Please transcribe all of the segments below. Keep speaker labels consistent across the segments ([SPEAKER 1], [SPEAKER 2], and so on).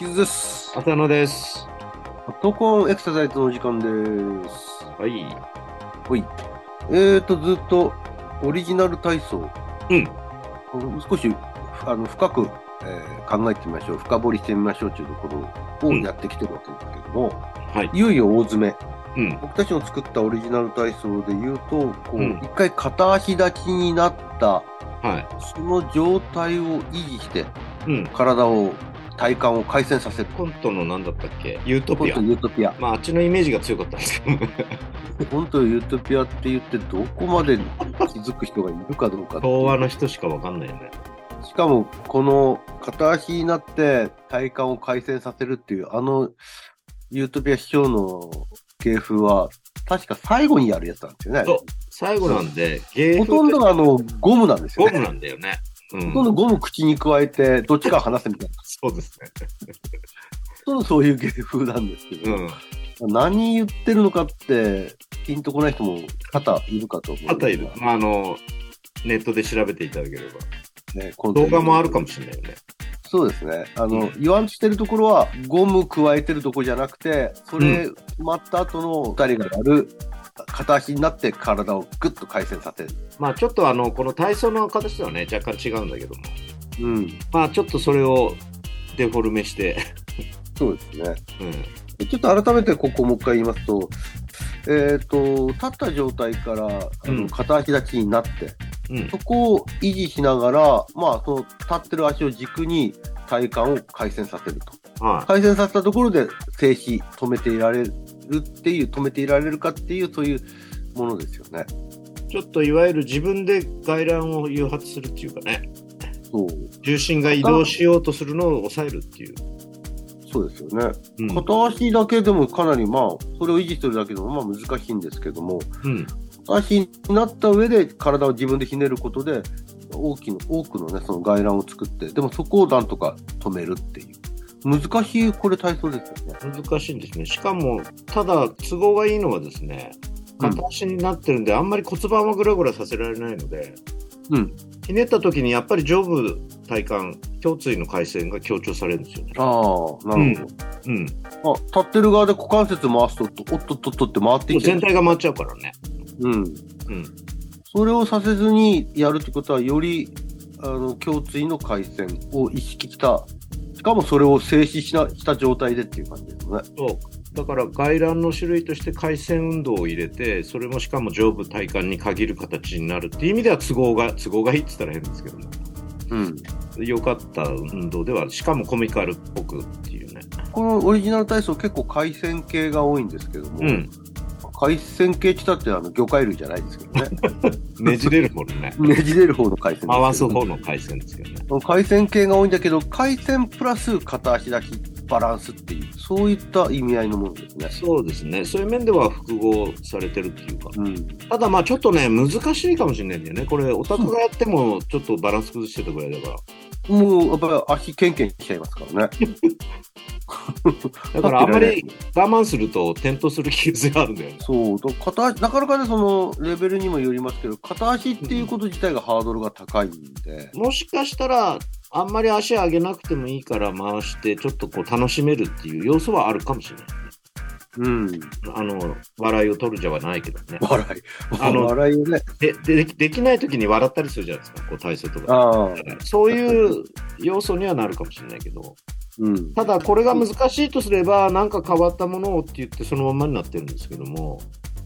[SPEAKER 1] ズです。
[SPEAKER 2] 浅野です。
[SPEAKER 1] 投稿エクササイズのお時間です。
[SPEAKER 2] はい。
[SPEAKER 1] はい。えーと、ずっとオリジナル体操。
[SPEAKER 2] うん。
[SPEAKER 1] 少し、あの、深く、えー考えてみましょう。深掘りしてみましょうというところを
[SPEAKER 2] うん
[SPEAKER 1] やってきてるわけですけども、
[SPEAKER 2] はい。
[SPEAKER 1] いよいよ大詰め。
[SPEAKER 2] うん。
[SPEAKER 1] 僕たちの作ったオリジナル体操で言うと、こう、
[SPEAKER 2] うん
[SPEAKER 1] 一回片足立ちになった、
[SPEAKER 2] はい。
[SPEAKER 1] その状態を維持して、
[SPEAKER 2] うん。
[SPEAKER 1] 体を、体幹を改善させる。
[SPEAKER 2] コントの何だったっけユート
[SPEAKER 1] 本
[SPEAKER 2] ピ
[SPEAKER 1] 当
[SPEAKER 2] ア。
[SPEAKER 1] ユートピア。
[SPEAKER 2] まあ、あっちのイメージが強かった んですけど。
[SPEAKER 1] 本当ユートピアって言ってどこまで気づく人がいるかどうかっていう
[SPEAKER 2] 昭和の人しかわかんないよね。
[SPEAKER 1] しかもこの片足になって体幹を改善させるっていうあのユートピア師匠の芸風は確か最後にやるやつなんですよねあ
[SPEAKER 2] そう
[SPEAKER 1] れ。
[SPEAKER 2] 最後なんで、芸
[SPEAKER 1] ほ
[SPEAKER 2] 風
[SPEAKER 1] とんどがあのゴムなんですよ
[SPEAKER 2] ゴ
[SPEAKER 1] ね。
[SPEAKER 2] ムなんだよね。う
[SPEAKER 1] ほとんど
[SPEAKER 2] ん。
[SPEAKER 1] ゴム口に加えてどっちかを離すみたいな。
[SPEAKER 2] そうですね。
[SPEAKER 1] ほとんどそういう芸風なんですけ
[SPEAKER 2] う
[SPEAKER 1] ど、
[SPEAKER 2] ん。
[SPEAKER 1] 何言ってるのかってピンとこない人も肩いるかと思う。
[SPEAKER 2] あたいる。まあ、あの、ネットで調べていただければ。
[SPEAKER 1] ね、今度
[SPEAKER 2] 動画もあるかもしれないよね。
[SPEAKER 1] そうですね。あ
[SPEAKER 2] う
[SPEAKER 1] の、
[SPEAKER 2] ん
[SPEAKER 1] 言わんとしてるところは、ゴム加えてるとこじゃなくて、それ、待った後の2人がやる、片足になって体をぐっと回旋させる。
[SPEAKER 2] まあ、ちょっとあの、この体操の形とはね、若干違うんだけども。
[SPEAKER 1] うん。
[SPEAKER 2] まあ、ちょっとそれをデフォルメして。
[SPEAKER 1] そうですね。
[SPEAKER 2] うん。
[SPEAKER 1] でちょっと改めてここもう一回言いますと、えっ、と、立った状態から、あ
[SPEAKER 2] うん
[SPEAKER 1] の片足立ちになって、
[SPEAKER 2] うん
[SPEAKER 1] そ。こを維持しながら、まあ、その立ってる足を軸に体幹を回旋させると。
[SPEAKER 2] は
[SPEAKER 1] 改善させたところで静止止めていられるっていう止めていられるかっていうそういうものですよね。
[SPEAKER 2] い。ちょっといわゆる自分で外乱を誘発するっていうかね。
[SPEAKER 1] そう
[SPEAKER 2] 重心が移動しようとするのを抑えるっていう。
[SPEAKER 1] そうですよね。
[SPEAKER 2] うん
[SPEAKER 1] 片足だけでもかなりまあそれを維持するだけでもまあ難しいんですけども
[SPEAKER 2] うん
[SPEAKER 1] 片足になった上で体を自分でひねることで大きな多くのねその外乱を作ってでもそこをなんとか止めるっていう難しいこれ体操ですよね。
[SPEAKER 2] 難しいんですね。しかも、ただ、都合がいいのはですね、片足になってるんで、あんまり骨盤はぐらぐらさせられないので、
[SPEAKER 1] うん。
[SPEAKER 2] ひねった時にやっぱり上部体幹、胸椎の回旋が強調されるんですよね。
[SPEAKER 1] ああなるほ
[SPEAKER 2] うん。
[SPEAKER 1] ど、あ立ってる側で股関節回すとおっとっとっとって回ってきて
[SPEAKER 2] 全体が回っちゃうからね。
[SPEAKER 1] うん、
[SPEAKER 2] うん。
[SPEAKER 1] それをさせずにやるってことは、よりあの胸椎の回線を意識した、しかもそれを静止しなした状態でっていう感じですね。
[SPEAKER 2] そう。だから外乱の種類として回旋運動を入れて、それもしかも上部体幹に限る形になるっていう意味では都合が、都合がいいって言ったら変ですけども。
[SPEAKER 1] うん、
[SPEAKER 2] 良かった運動ではしかもコミカルっぽくっていうね
[SPEAKER 1] このオリジナル体操、結構回線系が多いんですけども、
[SPEAKER 2] うん
[SPEAKER 1] 回線系って言ったってあの魚介類じゃないですけど ね、
[SPEAKER 2] ねじれるもん ね
[SPEAKER 1] ねじれる方の回線
[SPEAKER 2] 回す方の回線ですけどね
[SPEAKER 1] の回線系が多いんだけど、回線プラス片足立ち、バランスっていう、そういった意味合いのものですね。
[SPEAKER 2] そうですねそういう面では複合されてるっていうか
[SPEAKER 1] うん、
[SPEAKER 2] ただまあちょっとね難しいかもしれないんだよねこれオタクがやってもちょっとバランス崩してたぐらいだから
[SPEAKER 1] もうやっぱり足ケンケンしちゃいますからね。
[SPEAKER 2] だからあんまり我慢すると転倒する気があるんだよね
[SPEAKER 1] そうと片足なかなかねそのレベルにもよりますけど片足っていうこと自体がハードルが高いんで、
[SPEAKER 2] もしかしたらあんまり足上げなくてもいいから回してちょっとこう楽しめるっていう要素はあるかもしれない
[SPEAKER 1] うん、
[SPEAKER 2] あの笑いを取るじゃないけど ね
[SPEAKER 1] 笑い
[SPEAKER 2] あの
[SPEAKER 1] 笑いをね
[SPEAKER 2] ででできない時に笑ったりするじゃないですか、こう体操とか。
[SPEAKER 1] ああ
[SPEAKER 2] そういう要素にはなるかもしれないけど、
[SPEAKER 1] うん
[SPEAKER 2] ただこれが難しいとすれば、なんか変わったものをって言ってそのままになってるんですけども、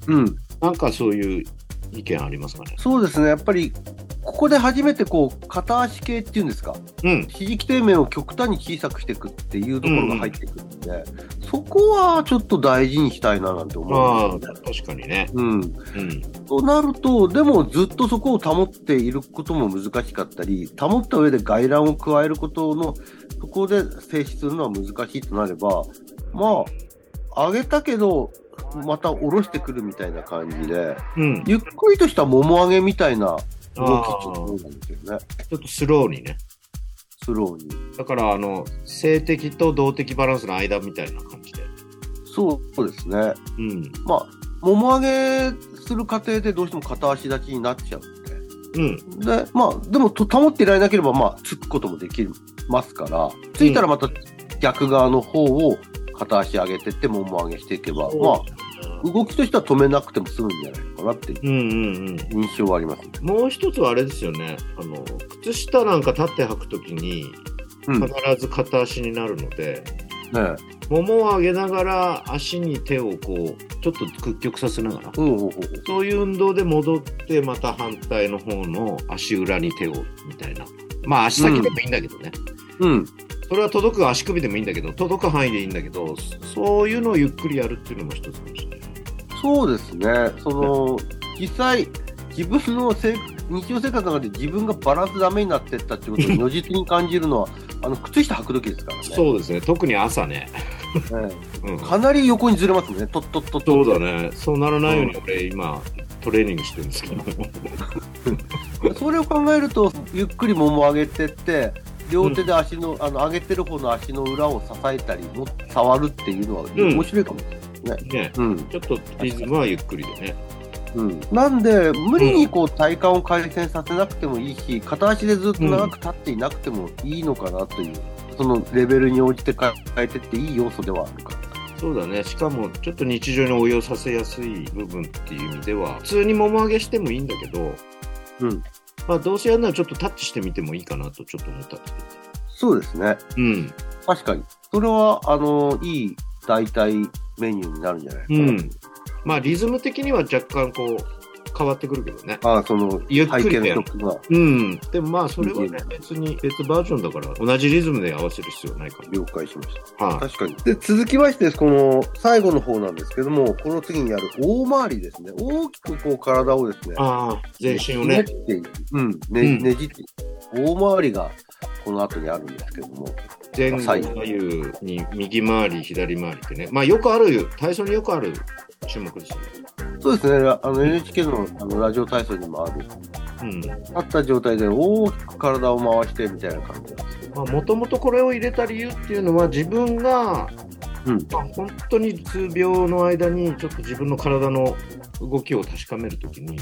[SPEAKER 1] うん
[SPEAKER 2] なんかそういう意見ありますかね。
[SPEAKER 1] そうですねやっぱりここで初めてこう片足系っていうんですか
[SPEAKER 2] うん、
[SPEAKER 1] ひじき底面を極端に小さくしていくっていうところが入ってくるんで、そこはちょっと大事にしたいななんて思
[SPEAKER 2] ま
[SPEAKER 1] うん
[SPEAKER 2] あ、
[SPEAKER 1] ですよね。
[SPEAKER 2] 確かにね。
[SPEAKER 1] うん、
[SPEAKER 2] うん、
[SPEAKER 1] となると、でもずっとそこを保っていることも難しかったり、保った上で外乱を加えることの、そこで静止するのは難しいとなれば、まあ、上げたけど、また下ろしてくるみたいな感じで、
[SPEAKER 2] うん、
[SPEAKER 1] ゆっくりとしたもも上げみたいな
[SPEAKER 2] あ
[SPEAKER 1] 動きっていうなんで
[SPEAKER 2] ー
[SPEAKER 1] すよね、
[SPEAKER 2] ちょっとスローにね。
[SPEAKER 1] スローに。
[SPEAKER 2] だから、あの、性的と動的バランスの間みたいな感じで。
[SPEAKER 1] そうですね。
[SPEAKER 2] うん、
[SPEAKER 1] まあ、もも上げする過程でどうしても片足立ちになっちゃうんで。
[SPEAKER 2] うん、
[SPEAKER 1] で、まあ、でもと保っていられなければ、まあ、つくこともできますから、ついたらまた逆側の方を片足上げてって、もも上げしていけば、ま
[SPEAKER 2] あ
[SPEAKER 1] あ、動きとしては止めなくても済むんじゃないかなっていう
[SPEAKER 2] うんうんうん。
[SPEAKER 1] 印象はあります。
[SPEAKER 2] もう一つはあれですよね。あの、靴下なんか立って履くときに、
[SPEAKER 1] うん。ね
[SPEAKER 2] 必ず片足になるので、
[SPEAKER 1] え。
[SPEAKER 2] ももを上げながら足に手をこう、ちょっと屈曲させながら。
[SPEAKER 1] うんうんうん。
[SPEAKER 2] そういう運動で戻って、また反対の方の足裏に手を、みたいな。まあ足先でもいいんだけどね。
[SPEAKER 1] うん。
[SPEAKER 2] それは届く足首でもいいんだけど、届く範囲でいいんだけど、そういうのをゆっくりやるっていうのも一つかもしれない。
[SPEAKER 1] そうですね。その、実際、自分のせ日常生活の中で自分がバランスダメになってったってことを如実に感じるのは、あの、靴下履く時ですからね。
[SPEAKER 2] そうですね。特に朝ね。
[SPEAKER 1] え
[SPEAKER 2] うん
[SPEAKER 1] えかなり横にずれますもんね。とっとっとっと。
[SPEAKER 2] そうだね。そうならないように俺今、トレーニングしてるんですけど。
[SPEAKER 1] それを考えると、ゆっくりもも上げてって、両手で足の、あの上げてる方の足の裏を支えたり、も触るっていうのは
[SPEAKER 2] うん
[SPEAKER 1] 面白いかもしれない。
[SPEAKER 2] ね。
[SPEAKER 1] うん、
[SPEAKER 2] ちょっとリズムはゆっくりでね。
[SPEAKER 1] うん。なんで、無理にこう体幹を改善させなくてもいいし、片足でずっと長く立っていなくてもいいのかなという、そのレベルに応じて変えてっていい要素ではあるか
[SPEAKER 2] そうだね。しかも、ちょっと日常に応用させやすい部分っていう意味では、普通にもも上げしてもいいんだけど、
[SPEAKER 1] ら。うん。
[SPEAKER 2] まあ、どうせやるならちょっとタッチしてみてもいいかなとちょっと思ったんですけ
[SPEAKER 1] そうですね。
[SPEAKER 2] ど。うん。
[SPEAKER 1] 確かに。それは、あの、いい代替メニューになるんじゃないか
[SPEAKER 2] う
[SPEAKER 1] な。
[SPEAKER 2] ん。まあ、リズム的には若干こう、変わってくるけどね。
[SPEAKER 1] ああ、その、
[SPEAKER 2] ゆっく
[SPEAKER 1] 背
[SPEAKER 2] り
[SPEAKER 1] 景
[SPEAKER 2] だよ
[SPEAKER 1] の曲が
[SPEAKER 2] うん。でもまあ、それはね
[SPEAKER 1] う、
[SPEAKER 2] 別に別バージョンだから、同じリズムで合わせる必要はないから。
[SPEAKER 1] 了解しました。
[SPEAKER 2] はい。
[SPEAKER 1] 確かに。で、続きまして、この最後の方なんですけども、この次にある大回りですね。大きくこう体をですね、
[SPEAKER 2] ああ、全身をね
[SPEAKER 1] ね。じっていくうん、ね,、
[SPEAKER 2] うん
[SPEAKER 1] ねじっていく大回りがこの後にあるんですけども、
[SPEAKER 2] 前後左右に右回り左回りってねまあよくある体操によくある種目ですよね
[SPEAKER 1] そうですね、あの NHK のあのラジオ体操にもある、
[SPEAKER 2] うん
[SPEAKER 1] 立った状態で大きく体を回してみたいな感じなんですけど、
[SPEAKER 2] まあもともとこれを入れた理由っていうのは自分が、
[SPEAKER 1] うん
[SPEAKER 2] まあ、本当に数秒の間にちょっと自分の体の動きを確かめるときに、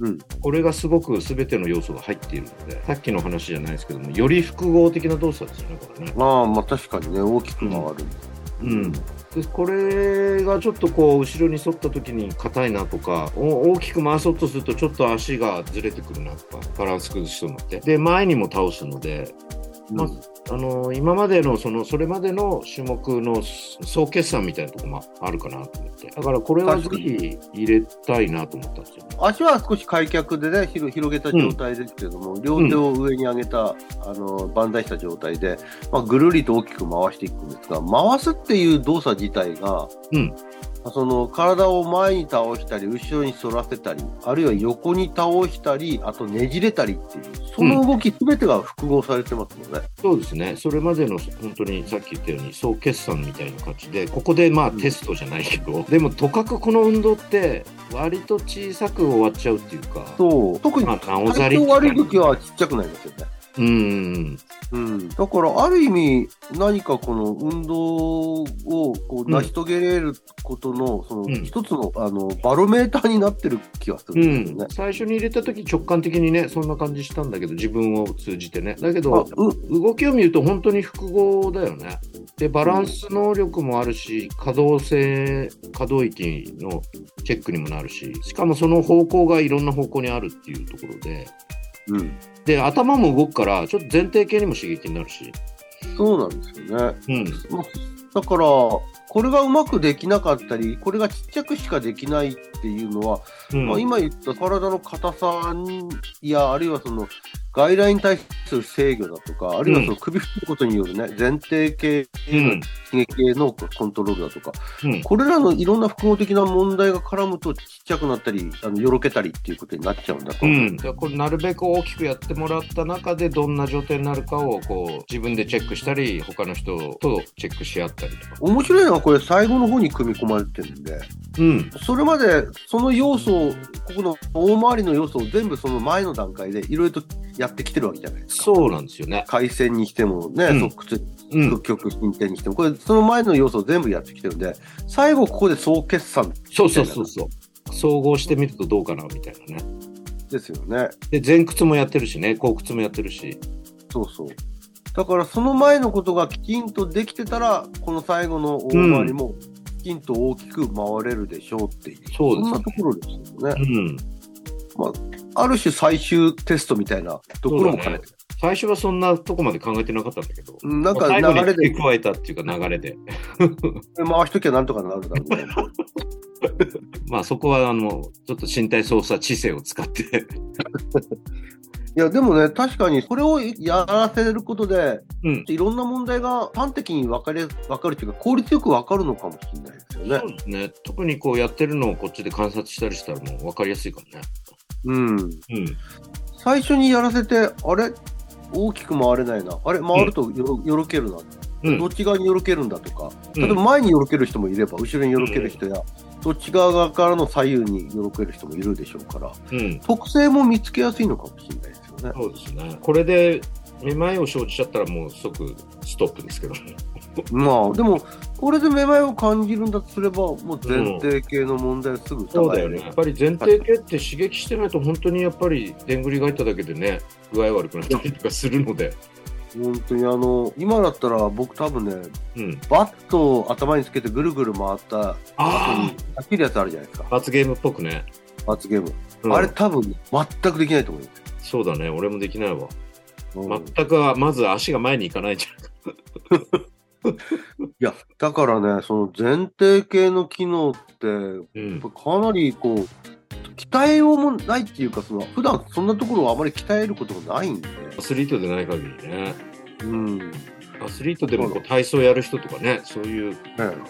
[SPEAKER 1] うん
[SPEAKER 2] これがすごく全ての要素が入っているのでさっきの話じゃないですけどもより複合的な動作ですよねこれね。
[SPEAKER 1] まあまあ確かにね、大きく回る。
[SPEAKER 2] うん、でこれがちょっとこう後ろに沿った時に硬いなとかお大きく回そうとするとちょっと足がずれてくるなとかバランス崩しそうになってで前にも倒すので、ま
[SPEAKER 1] うん
[SPEAKER 2] あのー今までのそのそれまでの種目の総決算みたいなとこもあるかなと思ってだからこれはぜひ入れたいなと思ったんですよ。
[SPEAKER 1] 足は少し開脚でね、広広げた状態ですけども、両手を上に上げた、あの、万歳した状態で、まあ、ぐるりと大きく回していくんですが、回すっていう動作自体が、
[SPEAKER 2] うん
[SPEAKER 1] その、体を前に倒したり、後ろに反らせたり、あるいは横に倒したり、あとねじれたりっていう、その動き全てが複合されてますもんね。
[SPEAKER 2] そうですねそれまでの本当にさっき言ったように総決算みたいな感じでここでまあ
[SPEAKER 1] うん
[SPEAKER 2] テストじゃないけど、でもとかくこの運動って割と小さく終わっちゃうっていうか
[SPEAKER 1] そう。特に、
[SPEAKER 2] まあなおざ
[SPEAKER 1] 体
[SPEAKER 2] り
[SPEAKER 1] 調悪い時
[SPEAKER 2] う
[SPEAKER 1] はちっちゃくなりますよね。
[SPEAKER 2] ん
[SPEAKER 1] うん、だから、ある意味、何かこの運動をこ
[SPEAKER 2] う
[SPEAKER 1] うん成し遂げれることの、その
[SPEAKER 2] うん
[SPEAKER 1] 一つの,、あのバロメーターになってる気がす
[SPEAKER 2] う
[SPEAKER 1] るんですよ
[SPEAKER 2] ん
[SPEAKER 1] ね。
[SPEAKER 2] 最初に入れた時直感的にねそんな感じしたんだけど自分を通じてねだけど
[SPEAKER 1] あう
[SPEAKER 2] 動きを見ると本当に複合だよねでバランス能力もあるし可動性可動域のチェックにもなるししかもその方向がいろんな方向にあるっていうところで
[SPEAKER 1] うん、
[SPEAKER 2] で頭も動くからちょっと前提系にも刺激になるし、
[SPEAKER 1] そうなんですよね。
[SPEAKER 2] うん、
[SPEAKER 1] まだから、これがうまくできなかったり、これがちっちゃくしかできないっていうのは、まあ、今言った体の硬さにや、あるいはその外来に対する制御だとか、あるいはその首振ることによるね、前提系
[SPEAKER 2] う
[SPEAKER 1] への
[SPEAKER 2] ん
[SPEAKER 1] 刺激へのコントロールだとか、
[SPEAKER 2] うん、
[SPEAKER 1] これらのいろんな複合的な問題が絡むとちっちゃくなったり、あのよろけたりっていうことになっちゃうんだと
[SPEAKER 2] う
[SPEAKER 1] 思う。
[SPEAKER 2] ん、だからこれなるべく大きくやってもらった中でどんな状態になるかをこう自分でチェックしたり他の人とチェックし合ったりとか、
[SPEAKER 1] 面白いのはこれ最後の方に組み込まれてるんで、
[SPEAKER 2] うん、
[SPEAKER 1] それまでその要素を、ここの大回りの要素を全部その前の段階でいろいろとやってきてるわけじゃないですか。
[SPEAKER 2] そうなんですよね、
[SPEAKER 1] 回線にしてもね、
[SPEAKER 2] うん
[SPEAKER 1] 側屈、
[SPEAKER 2] うん、
[SPEAKER 1] 曲進展にしても、これその前の要素を全部やってきてるんで、最後ここで総決算
[SPEAKER 2] そうそうそうそう総合してみるとどうかなみたいなね
[SPEAKER 1] ですよね。
[SPEAKER 2] で前屈もやってるしね後屈もやってるし
[SPEAKER 1] そうそう。だからその前のことがきちんとできてたら、この最後の大回りもきちんと大きく回れるでしょうっていう、
[SPEAKER 2] そう
[SPEAKER 1] そん
[SPEAKER 2] ですね
[SPEAKER 1] なところですよね。
[SPEAKER 2] うん。
[SPEAKER 1] ある種最終テストみたいなところも兼ねて。
[SPEAKER 2] 最初はそんなとこまで考えてなかったんだけど。
[SPEAKER 1] うんなんか
[SPEAKER 2] 最後に
[SPEAKER 1] 流れで
[SPEAKER 2] 付け加えたっていうか流れで。
[SPEAKER 1] 回しときゃなんとかなるだろうね。
[SPEAKER 2] まあそこはあの、ちょっと身体操作知性を使って。
[SPEAKER 1] いや、でもね、確かにそれをやらせることで、
[SPEAKER 2] うん。
[SPEAKER 1] いろんな問題が端的に分かれ、分かるというか、効率よく分かるのかもしれないですよね
[SPEAKER 2] そう。ですね。特にこうやってるのをこっちで観察したりしたらもう分かりやすいからね。
[SPEAKER 1] うん。
[SPEAKER 2] うん。
[SPEAKER 1] 最初にやらせて、あれ大きく回れないな。あれ回るとよろ,、よろけるな。
[SPEAKER 2] うん
[SPEAKER 1] どっち側によろけるんだとか。
[SPEAKER 2] う
[SPEAKER 1] 例えば
[SPEAKER 2] ん
[SPEAKER 1] 前によろける人もいれば、後ろによろける人や、どっち側からの左右によろける人もいるでしょうから、
[SPEAKER 2] うん。
[SPEAKER 1] 特性も見つけやすいのかもしれないですよね。
[SPEAKER 2] そうですね。これで、めまいを生じちゃったらもう即ストップですけどね。
[SPEAKER 1] まあ、でも、これでめまいを感じるんだとすれば、もう前提系の問題をすぐ
[SPEAKER 2] そう
[SPEAKER 1] 疑
[SPEAKER 2] だ
[SPEAKER 1] え
[SPEAKER 2] よ
[SPEAKER 1] る
[SPEAKER 2] ね。やっぱり前提系って刺激してないと本当にやっぱりでんぐり返っただけでね、具合悪くなったりとかするので。
[SPEAKER 1] 本当にあの今だったら僕多分ね
[SPEAKER 2] うん。
[SPEAKER 1] バットを頭につけてぐるぐる回った後
[SPEAKER 2] あ
[SPEAKER 1] に飽きるやつあるじゃないですか
[SPEAKER 2] あ罰ゲームっぽくね。
[SPEAKER 1] 罰ゲーム、
[SPEAKER 2] うん
[SPEAKER 1] あれ多分全くできないと思います、
[SPEAKER 2] そうだね。俺もできないわ。
[SPEAKER 1] うんい
[SPEAKER 2] 全く、まず足が前に行かないじ
[SPEAKER 1] やだからねその前提系の機能って
[SPEAKER 2] ゃん。うん。
[SPEAKER 1] やっぱかなりこう期待をもないっていうかその普段そんなところをあまり鍛えることがないんで、
[SPEAKER 2] アスリートでない限りね。
[SPEAKER 1] うんね
[SPEAKER 2] アスリートでもこう体操やる人とかね、そういう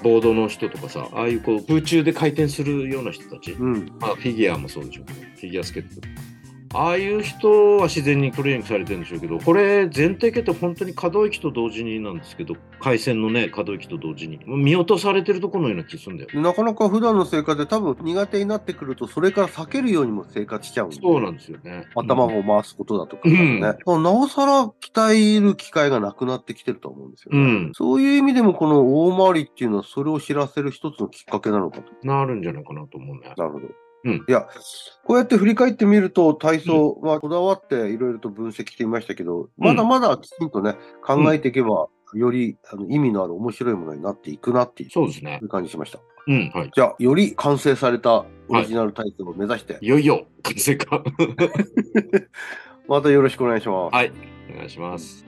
[SPEAKER 2] ボードの人とかさ、ああいうこう空中で回転するような人たち、
[SPEAKER 1] うん、
[SPEAKER 2] まあ、フィギュアもそうでしょうけど、フィギュアスケート。ああいう人は自然にトレーニングされてるんでしょうけど、これ、前提系って本当に可動域と同時になんですけど、回線のね、可動域と同時に、もう見落とされてるところのような気するんだよ。
[SPEAKER 1] なかなか普段の生活で多分苦手になってくるとそれから避けるようにも生活しちゃうんで
[SPEAKER 2] そうなんですよね。
[SPEAKER 1] 頭
[SPEAKER 2] も。
[SPEAKER 1] を回すことだとか
[SPEAKER 2] う
[SPEAKER 1] ね、
[SPEAKER 2] ん
[SPEAKER 1] だからなおさら鍛える機会がなくなってきてると思うんですよ
[SPEAKER 2] う
[SPEAKER 1] ね。
[SPEAKER 2] ん、
[SPEAKER 1] そういう意味でも、この大回りっていうのは、それを知らせる一つのきっかけなのかと。
[SPEAKER 2] なるんじゃないかなと思うね。
[SPEAKER 1] なるほど。
[SPEAKER 2] うん
[SPEAKER 1] いや、こうやって振り返ってみると、体操はこだわっていろいろと分析していましたけど、まだまだきちんとね、考えていけば、よりあの意味のある面白いものになっていくなっていう
[SPEAKER 2] そうですね。
[SPEAKER 1] 感じしました。
[SPEAKER 2] うん、はい。
[SPEAKER 1] じゃあ、より完成されたオリジナル体操を目指して、
[SPEAKER 2] いよいよ、完成か。
[SPEAKER 1] またよろしくお願いします。
[SPEAKER 2] はい、お願いします。